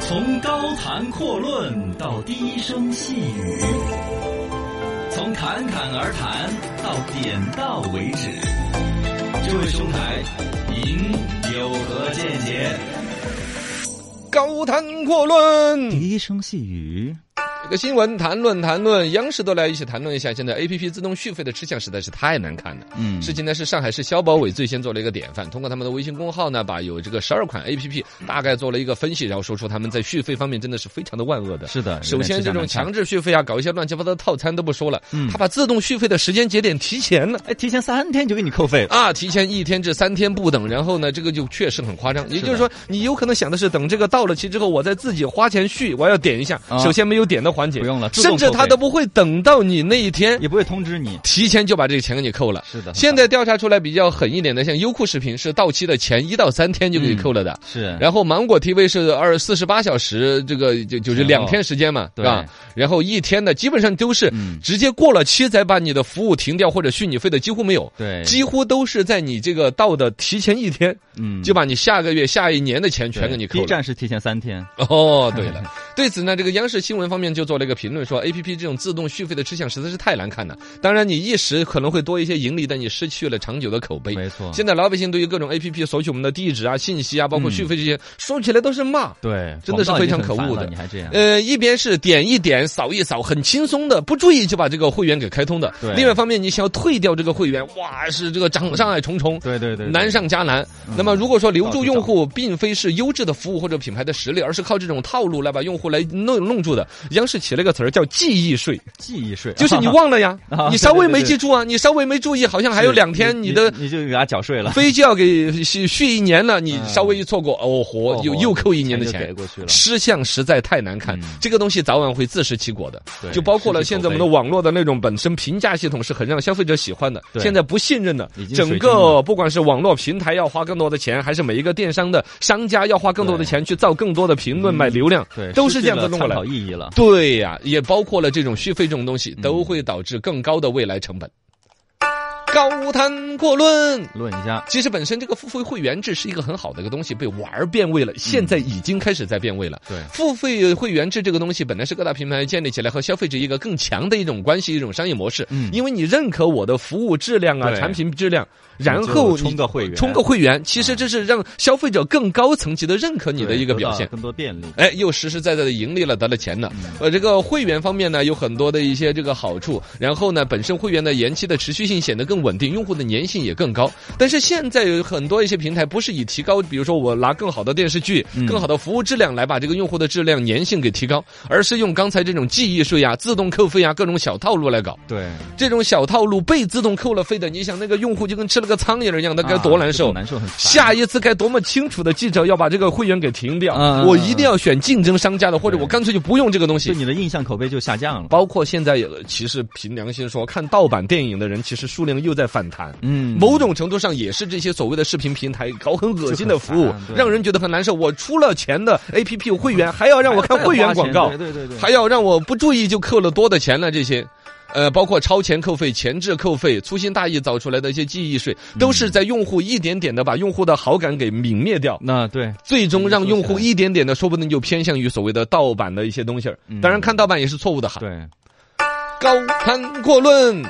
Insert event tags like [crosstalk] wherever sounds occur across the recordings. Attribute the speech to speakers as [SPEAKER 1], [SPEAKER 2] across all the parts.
[SPEAKER 1] 从高谈阔论到低声细语，从侃侃而谈到点到为止。这位兄台，您有何见解？
[SPEAKER 2] 高谈阔论，
[SPEAKER 1] 低声细语，
[SPEAKER 2] 这个新闻谈论谈论，央视都来一起谈论一下。现在 A P P 自动续费的吃相实在是太难看了。
[SPEAKER 1] 嗯
[SPEAKER 2] 事情呢是上海市消保委最先做了一个典范，通过他们的微信公号呢，把有这个十二款 A P P 大概做了一个分析，然后说出他们在续费方面真的是非常的万恶的。
[SPEAKER 1] 是的有点
[SPEAKER 2] 首先这种
[SPEAKER 1] 吃相难看
[SPEAKER 2] 强制续费啊，搞一些乱七八糟的套餐都不说了，
[SPEAKER 1] 嗯
[SPEAKER 2] 他把自动续费的时间节点提前了。
[SPEAKER 1] 哎，提前三天就给你扣费了。
[SPEAKER 2] 啊，提前一天至三天不等，然后呢，这个就确实很夸张。也就是说，你有可能想的是，等这个到了期之后，我再自己花钱续，我要点一下。
[SPEAKER 1] 啊
[SPEAKER 2] 首先没有点的环节，
[SPEAKER 1] 不用了自动
[SPEAKER 2] 甚至
[SPEAKER 1] 扣费
[SPEAKER 2] 他都不会等到你那一天，
[SPEAKER 1] 也不会通知你，
[SPEAKER 2] 提前就把这个钱给你扣了。
[SPEAKER 1] 是的
[SPEAKER 2] 现在调查出来比较狠一点的，像优酷视频是到期的前一到三天就
[SPEAKER 1] 嗯
[SPEAKER 2] 给你扣了的。
[SPEAKER 1] 是
[SPEAKER 2] 然后芒果 TV 是二四十八小时，这个就就是两天时间嘛，
[SPEAKER 1] 对
[SPEAKER 2] 是吧？然后一天的基本上都是
[SPEAKER 1] 嗯
[SPEAKER 2] 直接过了期才把你的服务停掉或者续你费的，几乎没有。
[SPEAKER 1] 对，
[SPEAKER 2] 几乎都是在你这个到的提前一天，
[SPEAKER 1] 嗯
[SPEAKER 2] 就把你下个月、下一年的钱全给你扣
[SPEAKER 1] B
[SPEAKER 2] 了。
[SPEAKER 1] 站是提前三天，
[SPEAKER 2] 哦，对了，对此呢，这个央视新闻方面就做了一个评论说，A P P 这种自动续费的吃相实在是太难看了。当然，你一时可能会多一些盈利，但你失去了长久的口碑。
[SPEAKER 1] 没错，
[SPEAKER 2] 现在老百姓对于各种 A P P 索取我们的地址啊、信息啊，包括续费这
[SPEAKER 1] 嗯
[SPEAKER 2] 些，说起来都是骂。
[SPEAKER 1] 对，
[SPEAKER 2] 真的是
[SPEAKER 1] 广告
[SPEAKER 2] 非
[SPEAKER 1] 已经
[SPEAKER 2] 常
[SPEAKER 1] 很
[SPEAKER 2] 可
[SPEAKER 1] 烦
[SPEAKER 2] 恶
[SPEAKER 1] 了
[SPEAKER 2] 的
[SPEAKER 1] 你还这样，
[SPEAKER 2] 呃，一边是点一点、扫一扫，很轻松的，不注意就把这个会员给开通的
[SPEAKER 1] 对；
[SPEAKER 2] 另外一方面，你想要退掉这个会员，哇，是这个障障碍重重。
[SPEAKER 1] 对对对，对嗯
[SPEAKER 2] 难上加难。那么，如果说留
[SPEAKER 1] 到
[SPEAKER 2] 住处用户，并非是优质的服务或者品牌的实力，而是靠这种套路来把用户来弄弄住的。央视起了个词儿叫“记
[SPEAKER 1] [laughs]
[SPEAKER 2] 忆税
[SPEAKER 1] 记忆税”，
[SPEAKER 2] 就是
[SPEAKER 1] [laughs]
[SPEAKER 2] 你忘了呀
[SPEAKER 1] 啊，
[SPEAKER 2] 你稍微
[SPEAKER 1] 对对
[SPEAKER 2] 没
[SPEAKER 1] 对
[SPEAKER 2] 记住啊，你稍微没注意，好像还有两天，
[SPEAKER 1] 你
[SPEAKER 2] 你的
[SPEAKER 1] 你就给他缴税
[SPEAKER 2] [laughs]
[SPEAKER 1] 了，
[SPEAKER 2] 飞机要给续续一年了，你
[SPEAKER 1] 嗯
[SPEAKER 2] 稍微一错过，哦
[SPEAKER 1] 哦
[SPEAKER 2] 豁，又
[SPEAKER 1] 豁
[SPEAKER 2] 又扣一年的
[SPEAKER 1] 就给
[SPEAKER 2] 钱。
[SPEAKER 1] 过去了，
[SPEAKER 2] 吃相实在太难看
[SPEAKER 1] 嗯，
[SPEAKER 2] 这个东西早晚会自食其果的。
[SPEAKER 1] 对
[SPEAKER 2] 就包括了
[SPEAKER 1] 失去
[SPEAKER 2] 现
[SPEAKER 1] 口
[SPEAKER 2] 在我们的
[SPEAKER 1] 碑
[SPEAKER 2] 网络的那种本身评价系统是很让消费者喜欢的，
[SPEAKER 1] 对
[SPEAKER 2] 现在不信任了
[SPEAKER 1] 已。经
[SPEAKER 2] 整
[SPEAKER 1] 水军了
[SPEAKER 2] 个不管是网络平台要花更多的钱，还是每一个电商的商家要花更多的
[SPEAKER 1] 对
[SPEAKER 2] 钱去造更多的评论、
[SPEAKER 1] 嗯
[SPEAKER 2] 买流量，
[SPEAKER 1] 对，
[SPEAKER 2] 都
[SPEAKER 1] 失
[SPEAKER 2] 是
[SPEAKER 1] 去
[SPEAKER 2] 这样子
[SPEAKER 1] 了
[SPEAKER 2] 弄过
[SPEAKER 1] 参
[SPEAKER 2] 来
[SPEAKER 1] 考。意义了，
[SPEAKER 2] 对呀、也包括了这种续费这种东西，都会导致更高的未来成本。高谈阔论。
[SPEAKER 1] 论一下，
[SPEAKER 2] 其实本身这个付费会员制是一个很好的一个东西，被玩儿变味了，现在已经开始在变味了。
[SPEAKER 1] 对
[SPEAKER 2] 付费会员制这个东西本来是各大平台建立起来和消费者一个更强的一种关系、一种商业模式，
[SPEAKER 1] 嗯
[SPEAKER 2] 因为你认可我的服务质量啊、
[SPEAKER 1] 对
[SPEAKER 2] 产品质量，然后
[SPEAKER 1] 充
[SPEAKER 2] 你
[SPEAKER 1] 个会员，
[SPEAKER 2] 充个会员，其实这是让消费者更高层级的认可你的
[SPEAKER 1] 对
[SPEAKER 2] 一个
[SPEAKER 1] 得
[SPEAKER 2] 表
[SPEAKER 1] 到
[SPEAKER 2] 现。
[SPEAKER 1] 更多便利，
[SPEAKER 2] 哎，又实实在在的盈利了，得了钱了。呃，这个会员方面呢，有很多的一些这个好处。然后呢，本身会员的延期的持续性显得更稳定，用户的粘性也更高。但是现在有很多一些平台不是以提高，比如说我拿更好的电视剧、
[SPEAKER 1] 嗯
[SPEAKER 2] 更好的服务质量来把这个用户的质量粘性给提高，而是用刚才这种记忆税啊、自动扣费啊各种小套路来搞。
[SPEAKER 1] 对，
[SPEAKER 2] 这种小套路被自动扣了费的，你想那个用户就跟吃了个苍蝇一样，那该多
[SPEAKER 1] 啊
[SPEAKER 2] 难
[SPEAKER 1] 这种 [laughs]
[SPEAKER 2] 受！
[SPEAKER 1] 难受很烦
[SPEAKER 2] 下一次该多么清楚的记者要把这个会员给停掉，
[SPEAKER 1] 嗯嗯
[SPEAKER 2] 我一定要选竞争商家的，或者我干脆就不用这个东
[SPEAKER 1] 对
[SPEAKER 2] 西。
[SPEAKER 1] 你的印象口碑就下降了，
[SPEAKER 2] 包括现在，呃其实凭良心说，看盗版电影的人其实数量又在反弹。
[SPEAKER 1] 嗯
[SPEAKER 2] 某种程度上也是这些所谓的视频平台搞很恶心的服
[SPEAKER 1] 就
[SPEAKER 2] 务
[SPEAKER 1] 很烦，对嗯
[SPEAKER 2] 让人觉得很难受。我出了钱的 APP 会员，还要让我看会员广告
[SPEAKER 1] 对，对对对，
[SPEAKER 2] 还要让我不注意就扣了多的钱了，这些。呃，包括超前扣费、前置扣费、粗心大意造出来的一些记忆税，
[SPEAKER 1] 嗯
[SPEAKER 2] 都是在用户一点点的把用户的好感给泯灭掉，
[SPEAKER 1] 那对
[SPEAKER 2] 最终让用
[SPEAKER 1] 说
[SPEAKER 2] 户
[SPEAKER 1] 起来
[SPEAKER 2] 一点点的，说不定就偏向于所谓的盗版的一些东西儿。
[SPEAKER 1] 嗯
[SPEAKER 2] 当然，看盗版也是错误的哈。
[SPEAKER 1] 对，
[SPEAKER 2] 高谈阔论。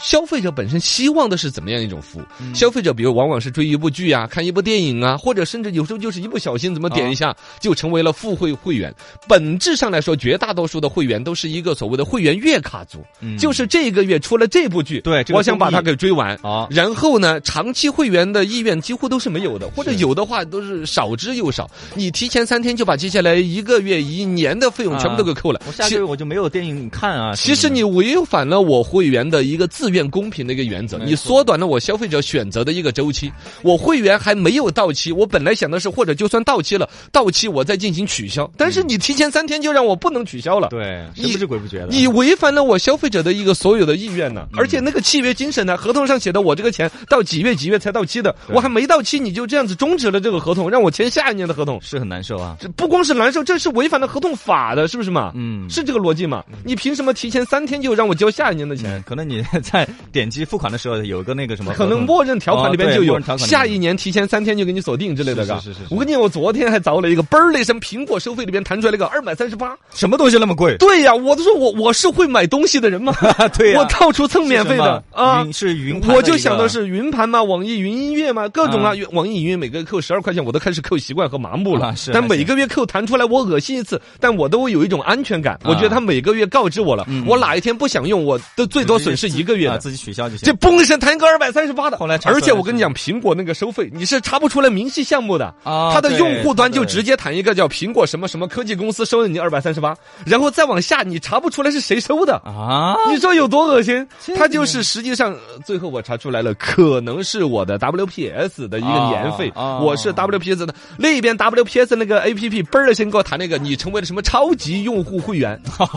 [SPEAKER 2] 消费者本身希望的是怎么样一种服务？
[SPEAKER 1] 嗯
[SPEAKER 2] 消费者比如往往是追一部剧啊，看一部电影啊，或者甚至有时候就是一不小心怎么点
[SPEAKER 1] 嗯
[SPEAKER 2] 一下、就成为了付费会员。本质上来说，绝大多数的会员都是一个所谓的会员月卡族，
[SPEAKER 1] 嗯
[SPEAKER 2] 就是这个月出了这部剧，
[SPEAKER 1] 对这个
[SPEAKER 2] 我想把它
[SPEAKER 1] 综艺啊
[SPEAKER 2] 给追完。
[SPEAKER 1] 好，
[SPEAKER 2] 然后呢，长期会员的意愿几乎都是没有的，或者有的话都是少之又少。你提前三天就把接下来一个月、一年的费用全部都给扣了，
[SPEAKER 1] 啊我下
[SPEAKER 2] 其
[SPEAKER 1] 个月我就没有电影看啊。
[SPEAKER 2] 其实
[SPEAKER 1] 什么的
[SPEAKER 2] 你违反了我会员的一个自愿公平的一个原则，
[SPEAKER 1] 没
[SPEAKER 2] 你
[SPEAKER 1] 错
[SPEAKER 2] 缩短了我消费者选择的一个周期。我会员还没有到期，我本来想的是，或者就算到期了，到期我再进行取消。但是你提前三天就让我不能取消了，
[SPEAKER 1] 对，
[SPEAKER 2] 你
[SPEAKER 1] 是不是鬼不觉得？
[SPEAKER 2] 你违反了我消费者的一个所有的意愿呢。
[SPEAKER 1] 嗯
[SPEAKER 2] 而且那个契约精神呢，合同上写的我这个钱到几月几月才到期的，
[SPEAKER 1] 对
[SPEAKER 2] 我还没到期你就这样子终止了这个合同，让我签下一年的合同。
[SPEAKER 1] 是很难受啊。
[SPEAKER 2] 这不光是难受，这是违反了合同法的，是不是嘛？
[SPEAKER 1] 嗯
[SPEAKER 2] 是这个逻辑嘛？你凭什么提前三天就让我交下一年的钱？
[SPEAKER 1] 嗯，可能你在
[SPEAKER 3] 在点击付款的时候有个那个什么合
[SPEAKER 2] 可
[SPEAKER 3] 同，
[SPEAKER 2] 能默认条款里
[SPEAKER 3] 嗯
[SPEAKER 2] 边
[SPEAKER 3] 哦对
[SPEAKER 2] 就
[SPEAKER 3] 默
[SPEAKER 2] 有
[SPEAKER 3] 认条，款里面
[SPEAKER 2] 下一年提前三天就给你锁定之类的，
[SPEAKER 3] 是
[SPEAKER 2] 嘎
[SPEAKER 3] 是是是是
[SPEAKER 2] 我跟你讲，我昨天还凿了一个，嘣儿的一声，苹果收费里边弹出
[SPEAKER 3] [laughs]
[SPEAKER 2] 来了个二百三十八。
[SPEAKER 3] 什么东西那么贵？ [laughs] 啊
[SPEAKER 2] 对呀，我都说我我是会买东西的人嘛，
[SPEAKER 3] 对呀
[SPEAKER 2] 我到处蹭免费的
[SPEAKER 3] 是什么
[SPEAKER 2] 啊。
[SPEAKER 3] 云是云盘的一个，
[SPEAKER 2] 我就想的是云盘嘛，网易云音乐嘛，各种啊，网易云音乐每个月扣十二块钱，我都开始扣习惯和麻木了
[SPEAKER 3] 啊。是
[SPEAKER 2] 但
[SPEAKER 3] 还
[SPEAKER 2] 每
[SPEAKER 3] 行
[SPEAKER 2] 个月扣弹出来，我恶心一次，但我都有一种安全
[SPEAKER 3] 啊
[SPEAKER 2] 感。我觉得他每个月告知我了，
[SPEAKER 3] 嗯
[SPEAKER 2] 我哪一天不想用，我都最多损失一个月
[SPEAKER 3] 啊，
[SPEAKER 2] 的。
[SPEAKER 3] 自己取消就行
[SPEAKER 2] 这。嘣一声弹个二百三十八的，
[SPEAKER 3] 后来查出来
[SPEAKER 2] 而且我跟你讲，苹果那个收费你是查不出来明细项目的，
[SPEAKER 3] 啊
[SPEAKER 2] 它的
[SPEAKER 3] 对
[SPEAKER 2] 用户端
[SPEAKER 3] 它的
[SPEAKER 2] 就直接弹一个叫苹果什么什么科技公司收了你二百三十八，然后再往下你查不出来是谁收的。
[SPEAKER 3] 啊，
[SPEAKER 2] [laughs] 你说有多恶心？
[SPEAKER 3] 这
[SPEAKER 2] 它就是实际上，呃最后我查出来了，可能是我的 WPS 的一个年费，
[SPEAKER 3] 啊啊
[SPEAKER 2] 我是 WPS 的那边 WPS 那个 APP 嘣儿的先给我弹那个，你成为了什么超级用户会员？ [laughs]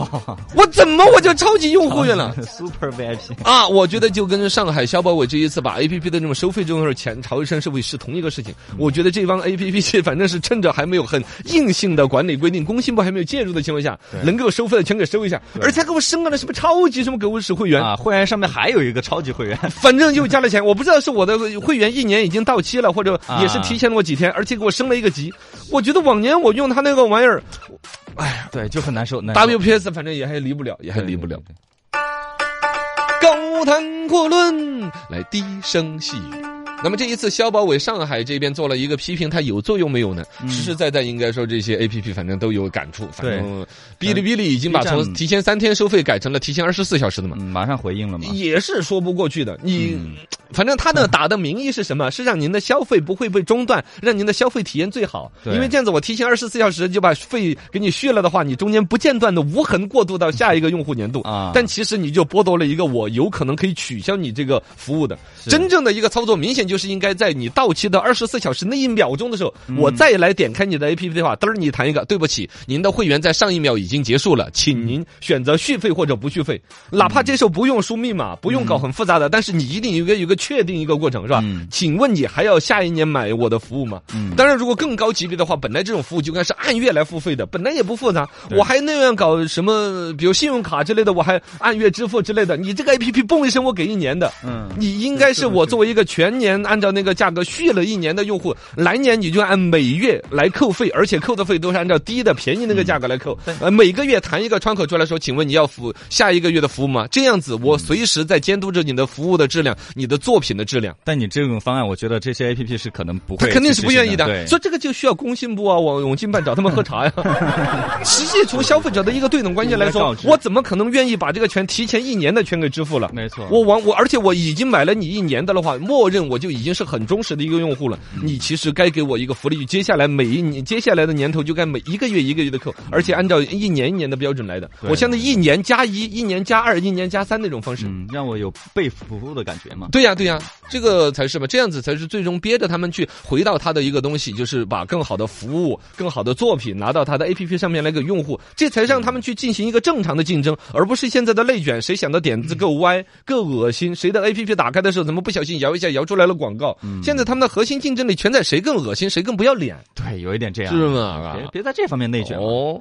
[SPEAKER 2] 我怎么我就超级用户会员
[SPEAKER 3] 啊
[SPEAKER 2] 了？
[SPEAKER 3] [laughs] ，Super VIP
[SPEAKER 2] [laughs] 啊，我觉得就跟上海消保委这一次把 A P P 的这种收费这种事儿前潮生社会是同一个事情。
[SPEAKER 3] 嗯
[SPEAKER 2] 我觉得这帮 A P P 界反正是趁着还没有很硬性的管理规定，工信部还没有介入的情况下，能够收费的全给收一下，而且还给我升个了什么超级什么狗屎会员，
[SPEAKER 3] 啊，会员上面还有一个超级会员， [laughs]
[SPEAKER 2] 反正又加了钱。我不知道是我的会员一年已经到期了，或者也是
[SPEAKER 3] 啊
[SPEAKER 2] 提前了我几天，而且给我升了一个级。我觉得往年我用他那个玩意儿
[SPEAKER 3] 哎对，哎就很难受。难受
[SPEAKER 2] W P S，反正也还离不了，也还离不了。。
[SPEAKER 3] 对对对
[SPEAKER 2] 高谈阔论，来低声细语。那么这一次，消保委上海这边做了一个批评，它有作用没有呢？
[SPEAKER 3] 嗯
[SPEAKER 2] 实实在在应该说，这些 A P P 反正都有感触。反正哔哩哔哩已经把
[SPEAKER 3] B 站
[SPEAKER 2] 从提前三天收费改成了提前二十四小时的嘛，
[SPEAKER 3] 嗯，马上回应了嗯嘛。
[SPEAKER 2] 也是说不过去的。你反正它的打的名义是什么？是让您的消费不会被中断，让您的消费体验最好。
[SPEAKER 3] 对
[SPEAKER 2] 因为这样子，我提前二十四小时就把费给你续了的话，你中间不间断的无痕过渡到下一个用户年度
[SPEAKER 3] 啊
[SPEAKER 2] 但其实你就剥夺了一个我有可能可以取消你这个服务的真正的一个操作，明显就是应该在你到期的二十四小时那一秒钟的时候，我再来点开你的 APP 的话，嘚儿你弹一个，对不起，您的会员在上一秒已经结束了，请您选择续费或者不续费，哪怕这时候不用输密码，不用搞很复杂的，但是你一定有一个有一个确定一个过程是吧
[SPEAKER 3] 嗯？
[SPEAKER 2] 啊请问你还要下一年买我的服务吗？
[SPEAKER 3] 嗯
[SPEAKER 2] 当然，如果更高级别的话，本来这种服务就应该是按月来付费的，本来也不复杂，我还那样搞什么，比如信用卡之类的，我还按月支付之类的。你这个 A P P 嘣一声，我给一年的，
[SPEAKER 3] 嗯
[SPEAKER 2] 你应该是我作为一个全年按照那个价格续了一年的用户，来年你就按每月来扣费，而且扣的费都是按照低的便宜那个价格来
[SPEAKER 3] 嗯
[SPEAKER 2] 扣。呃，每个月弹一个窗口出来说，请问你要服下一个月的服务吗？这样子，我随时在监督着你的服务的质量，你的作品的质量。
[SPEAKER 3] 但你这种方案，我觉得这些 A P P 是可能不
[SPEAKER 2] 他
[SPEAKER 3] 会，
[SPEAKER 2] 肯定是不愿意的，
[SPEAKER 3] 对，
[SPEAKER 2] 所以这个就需要工信部啊、网永信办找他们喝
[SPEAKER 3] [laughs]
[SPEAKER 2] 茶呀。实际从消费者的一个对等关系
[SPEAKER 3] 应
[SPEAKER 2] 来
[SPEAKER 3] 该
[SPEAKER 2] 说
[SPEAKER 3] 告，知
[SPEAKER 2] 我怎么可能愿意把这个钱提前一年的全给支付了？
[SPEAKER 3] 没错
[SPEAKER 2] 我往我而且我已经买了你一年的的话，默认我就已经是很忠实的一个用户了。
[SPEAKER 3] 嗯
[SPEAKER 2] 你其实该给我一个福利，接下来每一年接下来的年头就该每一个月一个月的扣，而且按照一年一年的标准来的。
[SPEAKER 3] 对
[SPEAKER 2] 我相当于一年加一、一年加二、一年加三那种方式。
[SPEAKER 3] 嗯，让我有被服务的感觉嘛。
[SPEAKER 2] 对呀、对呀、这个才是嘛，这样子才是最终憋着他们去回到他的一个东西，就是把更好的服务、更好的作品拿到他的 APP 上面来给用户，这才让他们去进行一个正常的竞争，而不是现在的内卷，谁想的点子够歪、够恶心，谁的 APP 打开的时候怎么不小心摇一下摇出来了广告？现在他们的核心竞争力全在谁更恶心、谁更不要脸，哎
[SPEAKER 3] 对，有一点这样。
[SPEAKER 2] 是吗？啊
[SPEAKER 3] 别别在这方面内卷了。
[SPEAKER 2] 哦。